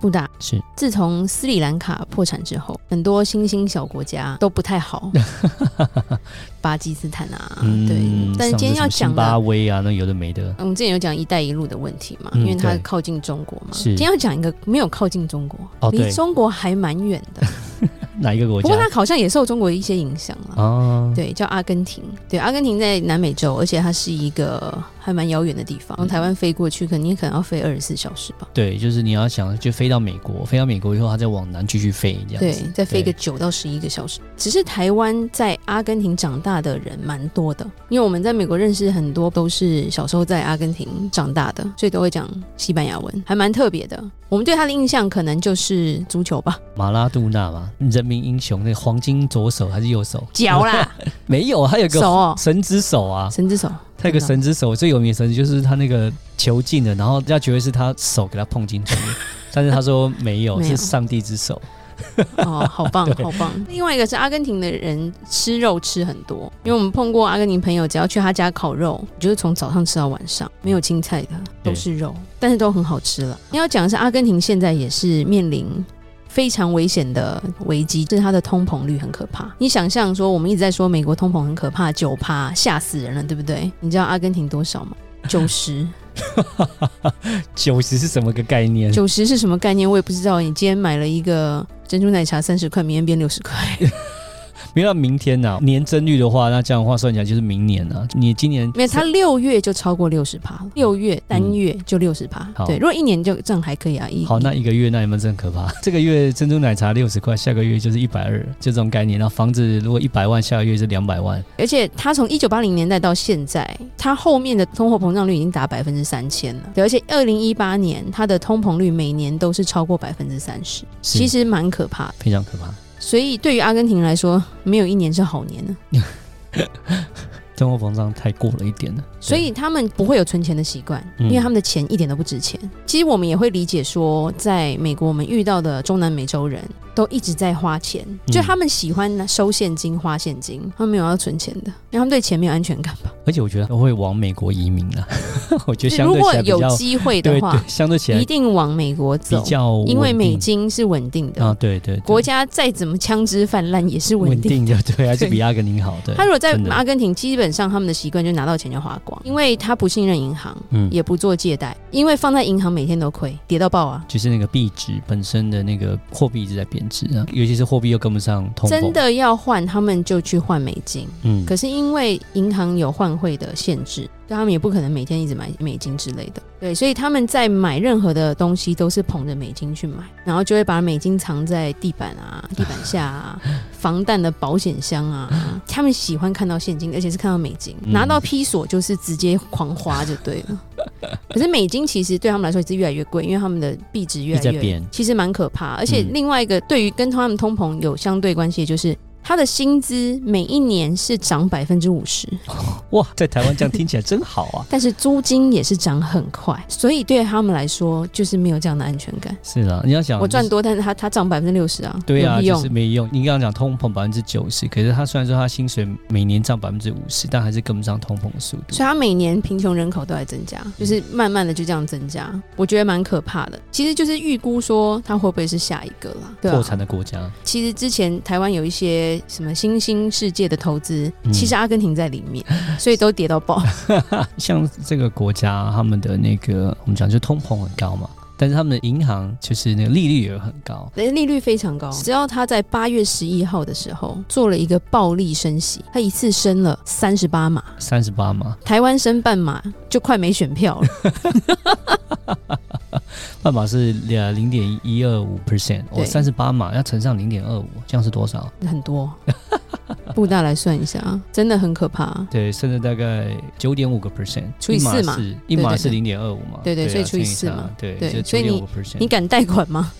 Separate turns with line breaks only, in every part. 布大
是
自从斯里兰卡破产之后，很多新兴小国家都不太 好，巴基斯坦啊，对。但是今天要
嗯上次什么津
讲
巴
的，嗯
威啊，那有的没的，
我们之前有讲“一带一路”的问题嘛，
嗯
因为它
对
靠近中国嘛。
是
今天要讲一个没有靠近中国，
哦对
离中国还蛮远的。
哪一个国
不
家
过它好像也受中国的一些影响了。
啊？
对，叫阿根廷。对，阿根廷在南美洲，而且它是一个还蛮遥远的地方。从台湾飞过去，肯定可能要飞二十四小时吧。
对，就是你要想就飞到美国，飞到美国以后，它再往南继续飞，这样
对
子，，
再飞个
对
九到十一个小时。只是台湾在阿根廷长大的人蛮多的，因为我们在美国认识很多都是小时候在阿根廷长大的，所以都会讲西班牙文，还蛮特别的。我们对他的印象可能就是足球吧，
马拉杜纳嘛，人民英雄那个黄金左手还是右手？
脚啦，
没有，还有一
手
个
哦，
神之手啊，
神之手，
他有个神之手，最有名的神之就是他那个囚禁的，然后要觉得是他手给他碰进 去，但是他说没有，
没
是
有
上帝之手。
哦，好棒，好棒！另外一个是阿根廷的人吃肉吃很多，因为我们碰过阿根廷朋友，只要去他家烤肉，就是从早上吃到晚上，没有青菜的，
对
都是肉，但是都很好吃了。要讲的是，阿根廷现在也是面临。非常危险的危机，就是它的通膨率很可怕。你想象说，我们一直在说美国通膨很可怕，九趴吓死人了，对不对？你知道阿根廷多少吗？九十，
九十是什么个概念？
九十是什么概念？我也不知道。你今天买了一个珍珠奶茶三十块，明天变六十块。
没有到明天呐、年增率的话，那这样的话算起来就是明年啊。你今年
没有，它六月就超过六十趴了，六月单月就六十趴
嗯好。
对，如果一年就这样还可以啊。一
好，那一个月那有没有真可怕？这个月珍珠奶茶六十块，下个月就是一百二，就这种概念。然后房子如果一百万，下个月是两百万，
而且它从一九八零年代到现在，它后面的通货膨胀率已经达百分之三千了。对，而且二零一八年它的通膨率每年都是超过百分之三十，
是
其实蛮可怕的。
非常可怕。
所以对于阿根廷来说，没有一年是好年的，
通货膨胀太过了一点了，
所以他们不会有存钱的习惯，
嗯
因为他们的钱一点都不值钱。其实我们也会理解说，在美国我们遇到的中南美洲人都一直在花钱，
嗯
就他们喜欢拿收现金、花现金，他们没有要存钱的，因为他们对钱没有安全感吧？
而且我觉得会往美国移民啊。 我觉得相
如
对起
果
来比
有
较
机会的
对
话
对，，相对起来
一定往美国
比
走，
较稳定，
因为美金是稳定的，
啊，对对对
国家再怎么枪支泛滥也是稳
稳定
定的。
的， 对，还是比阿根廷好，对。
他如果在
真的
阿根廷，基本上他们的习惯就拿到钱就花光，因为他不信任银行，
嗯，
也不做借贷，因为放在银行每天都亏，跌到爆啊！
就是那个币值本身的那个货币一直在贬值啊，尤其是货币又跟不上通膨，
真，的要换，他们就去换美金。
嗯，
可是因为银行有换汇的限制，所以他们也不可能每天一直买美金之类的。对，所以他们在买任何的东西都是捧着美金去买，然后就会把美金藏在地板啊、地板下 啊、防弹的保险箱啊。他们喜欢看到现金，而且是看到美金，
嗯
拿到批锁就是直接狂花就对 了。可是美金其实对他们来说也是越来越贵，因为他们的币值越
一直
来
在
越
变，
其实蛮可怕。而且
嗯
另外一个对于跟他们通膨有相对关系，就是他的薪资每一年是涨百分之五十，。
哇，在台湾这样听起来真好啊
但是租金也是涨很快，所以对他们来说就是没有这样的安全感。
是啊，你要想
我赚
就是
多，但是他他涨百分之六十啊，
对啊，
有屁
就
用
是。没用。你刚刚讲通膨百分之九十，可是他虽然说他薪水每年涨百分之五十，但还是跟不上通膨的速度
所。以他每年贫穷人口都在增加，
嗯
就是慢慢的就这样增加，我觉得蛮可怕的。其实就是预估说他会不会是下一个啦，对啊
破。产的国家，
其实之前台湾有一些什么新兴世界的投资，
嗯
其实阿根廷在里面，所以都跌到爆。
像这个国家，他们的那个我们讲就通膨很高嘛，但是他们的银行就是那个利率也很高，
人利率非常高，只要他在八月十一号的时候做了一个暴力升息，他一次升了三十八码，
三十八嘛，
台湾升半码就快没选票了。
半码是呃零点一二五 percent，我
对
三十八码要乘上零点二五，这样是多少？
很多。 布大来算一下，啊真的很可怕、啊
对，甚至大概九点五个 percent，
除以四嘛
是一码是
对
零点二五嘛，
对对
啊
所以除以
乘
四
它
嘛
对，
对
就
所
九
以
点五 percent，
你敢贷款吗？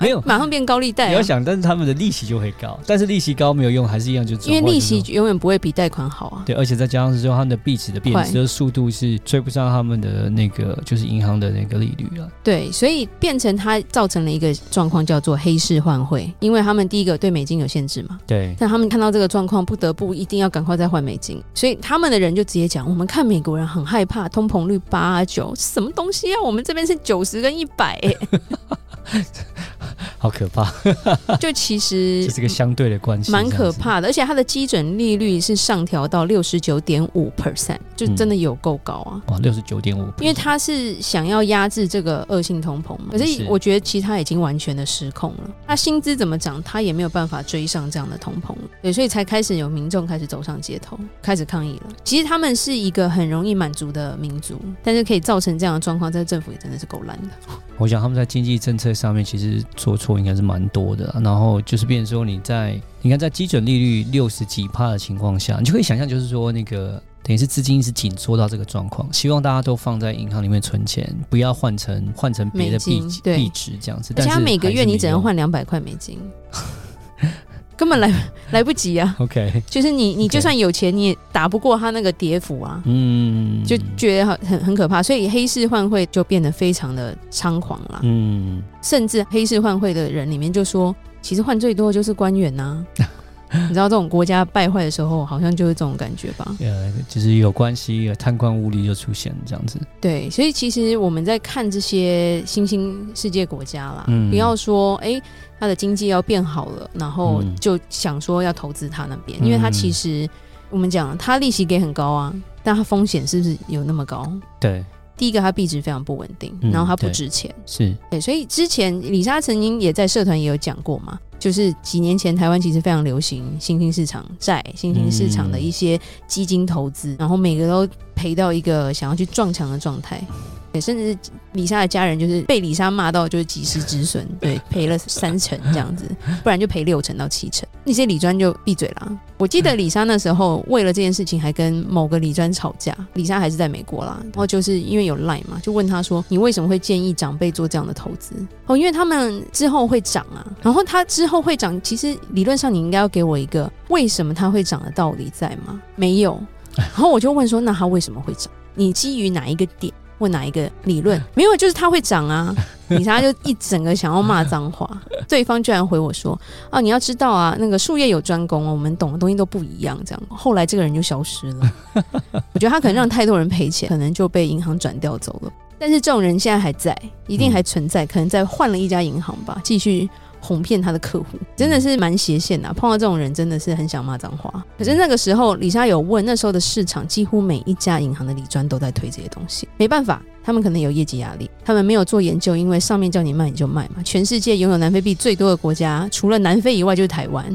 没有
马上变高利贷
你
啊
要，想，但是他们的利息就会高，但是利息高没有用，还是一样就转
因为
换
利
就
息
是
永远不会比贷款好啊。
对，而且再加上是说他们的币值的贬
快
值的速度是追不上他们的那个就是银行的那个利率啊了。
对，所以变成它造成了一个状况叫做黑市换汇，因为他们第一个对美金有限制嘛，
对，
但他们看到这个状况，不得不一定要赶快再换美金，所以他们的人就直接讲，我们看美国人很害怕通膨率八啊九，什么东西啊？我们这边是九十跟一百、
好可怕，
就其
这
实
是个相对的关系，
蛮
这样
可
子。
怕的，而且它的基准利率是上调到六十九点五 percent，就真的有够高啊。
哇，六十九点五，
因为他是想要压制这个恶性通膨嘛，可
是
是我觉得其实他已经完全的失控了。他薪资怎么涨，他也没有办法追上这样的通膨了，对，所以才开始有民众开始走上街头，开始抗议了。其实他们是一个很容易满足的民族，但是可以造成这样的状况，这个政府也真的是够烂的。
我想他们在经济政策上面其实做错应该是蛮多的啊、然后就是变成说你在你看在基准利率六十几帕的情况下，你就可以想象就是说那个等于是资金是紧缩到这个状况，希望大家都放在银行里面存钱，不要换成换成别的币
美金对
币值这样子。
而且
但
他
是
每个
还是
月
没
你只能
用
换两百块美金，根本来来不及啊！
OK，
就是你你
OK
就算有钱，你也打不过他那个跌幅啊。
嗯，
就觉得很很很可怕，所以黑市换汇就变得非常的猖狂啦。
嗯，
甚至黑市换汇的人里面就说，其实换最多的就是官 员呐、你知道这种国家败坏的时候，好像就是这种感觉吧？
呃，就是有关系，呃贪官污吏就出现了这样子。
对，所以其实我们在看这些新兴世界国家啦，
嗯
不要说哎、诶它的经济要变好了，然后
嗯
就想说要投资它那边，因为它
嗯
其实我们讲它利息给很高啊，但它风险是不是有那么高？
对，
第一个，它币值非常不稳定，
嗯
然后它不
对
值钱。
是，
对，所以之前李莎曾经也在社团也有讲过嘛，就是几年前台湾其实非常流行新兴市场债、新兴市场的一些基金投资，然后每个都赔到一个想要去撞墙的状态。对，甚至李莎的家人就是被李莎骂到就是及时止损，对，赔了三成这样子，不然就赔六成到七成。那些李专就闭嘴啦。我记得李莎那时候为了这件事情还跟某个李专吵架，李莎还是在美国啦。然后就是因为有赖嘛，就问他说：“你为什么会建议长辈做这样的投资？”哦，因为他们之后会涨啊。然后它之后会涨，其实理论上你应该要给我一个为什么它会涨的道理在吗？没有。然后我就问说：“那它为什么会涨？你基于哪一个点？”或哪一个理论没有，就是它会涨啊！李莎就一整个想要骂脏话，对方居然回我说：“啊，你要知道啊，那个术业有专攻啊，我们懂的东西都不一样。这样，后来这个人就消失了。我觉得他可能让太多人赔钱，可能就被银行转调走了。但是这种人现在还在，一定还存在，可能在换了一家银行吧，继续哄骗他的客户，真的是蛮斜线的啊、碰到这种人，真的是很想骂脏话。可是那个时候，李莎有问，那时候的市场几乎每一家银行的理专都在推这些东西，没办法。他们可能有业绩压力，他们没有做研究，因为上面叫你卖你就卖嘛。全世界拥有南非币最多的国家，除了南非以外就是台 湾。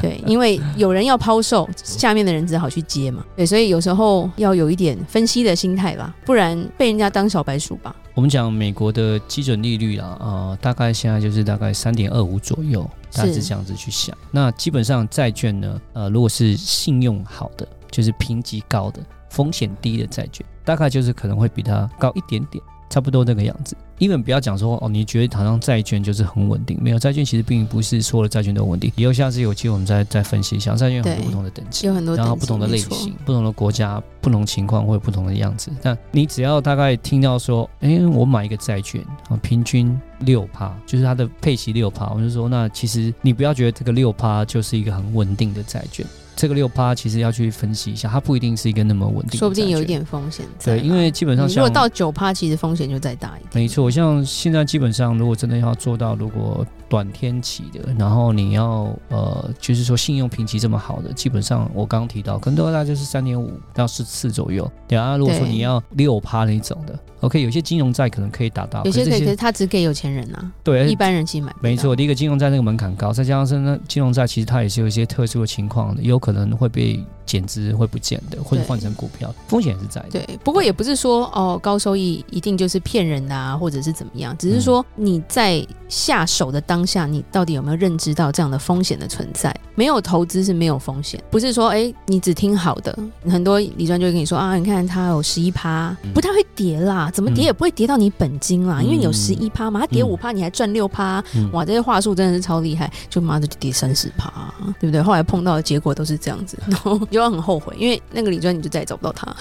对，因为有人要抛售，下面的人只好去接嘛。对，所以有时候要有一点分析的心态吧，不然被人家当小白鼠吧。
我们讲美国的基准利率啊，呃，大概现在就是大概三点二五左右，大致
是
这样子去想。那基本上债券呢，呃，如果是信用好的，就是评级高的、风险低的债券，大概就是可能会比它高一点点，差不多那个样子。因为不要讲说哦，你觉得好像债券就是很稳定，没有债券其实并不是所有的债券都稳定。以后下次有机会我们再再分析一下，债券有很多
对
不同的等级。
有很多
然后
等
不
级
同的类，
没
型
错、
不同的国家、不同情况会有不同的样子。但你只要大概听到说，诶，我买一个债券啊，平均六趴，就是它的配息六趴，我就说，那其实你不要觉得这个六趴就是一个很稳定的债券，这个六趴其实要去分析一下，它不一定是一个那么稳定的债券，
说不定有一点风险在
对，
啦。
因为基本上
你如果
像
到九趴，其实风险就再大一点。
没错，像现在基本上，如果真的要做到，如果短天期的，然后你要呃，就是说信用评级这么好的，基本上我刚刚提到，可能都大概就是三点五到四四左右。对啊，如果说
对
你要六趴那种的，OK，有些金融债可能可以达到，
有些
啊可是
可以，
这
可是他只给有钱人啊，
对
一，般人其实买不到
没错，，第一个金融债那个门槛高，再加上是那金融债其实它也是有一些特殊的情况的，有可能会被减资会不见的，或者
对
换成股票，风险也是在的。
对，不过也不是说哦高收益一定就是骗人的啊，或者是怎么样，
嗯
只是说你在下手的当下，你到底有没有认知到这样的风险的存在？没有投资是没有风险，不是说哎你只听好的，
嗯
很多理专就会跟你说啊，你看它有十一趴，不太会跌啦，怎么跌也不会跌到你本金啦，因为你有
嗯
十一趴嘛，它跌
嗯
五趴你还赚六趴，
嗯
哇这些话术真的是超厉害，就妈的就跌三十趴，对不对？后来碰到的结果都是这样子，然后你就要很后悔，因为那个理专你就再也找不到它。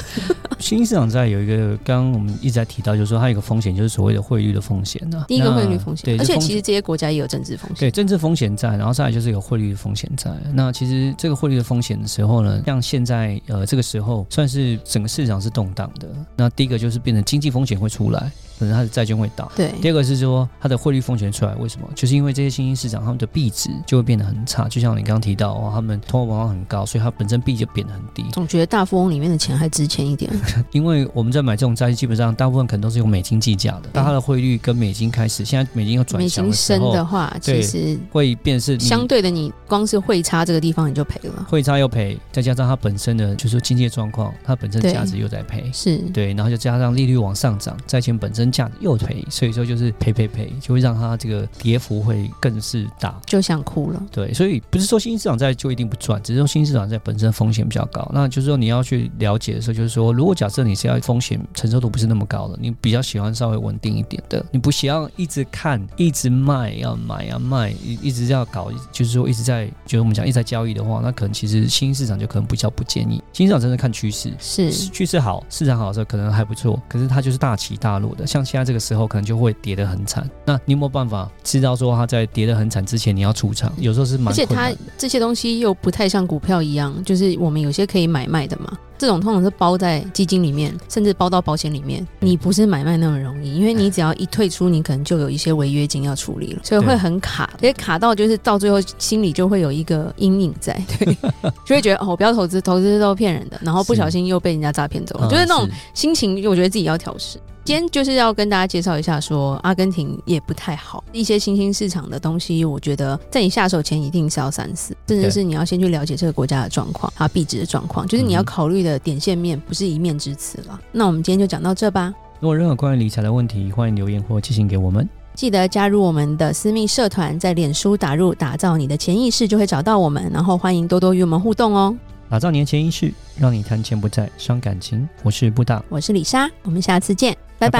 新兴市场债有一个，刚刚我们一直在提到，就是说它有一个风险，就是所谓的汇率的风险啊。
第一个
那
汇率风
对，
险，而且
就风
其实这些国家也有政治风险。
对，政治风险在，然后再来就是有汇率的风险在。那其实这个汇率的风险的时候呢，像现在呃这个时候算是整个市场是动荡的。那第一个就是变成经济风险会出来，可能它的债券会倒。
对
第二个是说它的汇率风险出来，为什么？就是因为这些新兴市场它们的币值就会变得很差，就像你刚刚提到哦，他们通货膨胀很高，所以它本身币就贬得很低。
总觉得大富翁里面的钱还值钱一点。
因为我们在买这种债，基本上大部分可能都是用美金计价的，但它的汇率跟美金开始，现在美金又转
嗯美
强
金
的时
升的
候，
话，
对
其实
会变是你
相对的，你光是汇差这个地方你就赔了。
汇差又赔，再加上它本身的就是说经济状况，它本身
对
价值又在赔。
是，
对，然后就加上利率往上涨，债券本身价值又赔，所以说就是赔赔赔，就会让它这个跌幅会更是大。
就想哭了。
对，所以不是说新兴市场债就一定不赚，只是说新兴市场债本身风险比较高。那就是说你要去了解的时候，就是说，如果假设你是要风险承受度不是那么高的，你比较喜欢稍微稳定一点的，你不想要一直看、一直卖、要买啊卖，一一直要搞，就是说一直在，就是我们讲一直在交易的话，那可能其实新兴市场就可能比较不建议。新兴市场真的看趋势。
是，
趋势好，市场好的时候可能还不错，可是它就是大起大落的。像现在这个时候，可能就会跌得很惨。那你有没有办法知道说它在跌得很惨之前你要出场？有时候是
而
蛮
且
困
它
难的。
这些东西又不太像股票一样，就是我们有些可以买卖的嘛。这种通常是包在基金里面，甚至包到保险里面。你
嗯
不是买卖那么容易，因为你只要一退出，你可能就有一些违约金要处理了，所以会
对
很卡，所以卡到就是到最后心里就会有一个阴影在，对， 就会觉得哦，不要投资，投资都是骗人的，然后不
是
小心又被人家诈骗走了，
嗯
就是那种
是
心情，我觉得自己要调试。今天就是要跟大家介绍一下说阿根廷也不太好，一些新兴市场的东西，我觉得在你下手前一定是要三思，甚至
对
是你要先去了解这个国家的状况，它币值的状况，就是你要
嗯哼
考虑的点线面不是一面之词了。那我们今天就讲到这吧，
如果任何关于理财的问题，欢迎留言或寄信给我们。
记得加入我们的私密社团，在脸书打入“打造你的潜意识”就会找到我们，然后欢迎多多与我们互动哦。
打造年前意识，让你谈钱不再伤感情。我是布大。
我是李莎，我们下次见，拜
拜
拜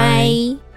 拜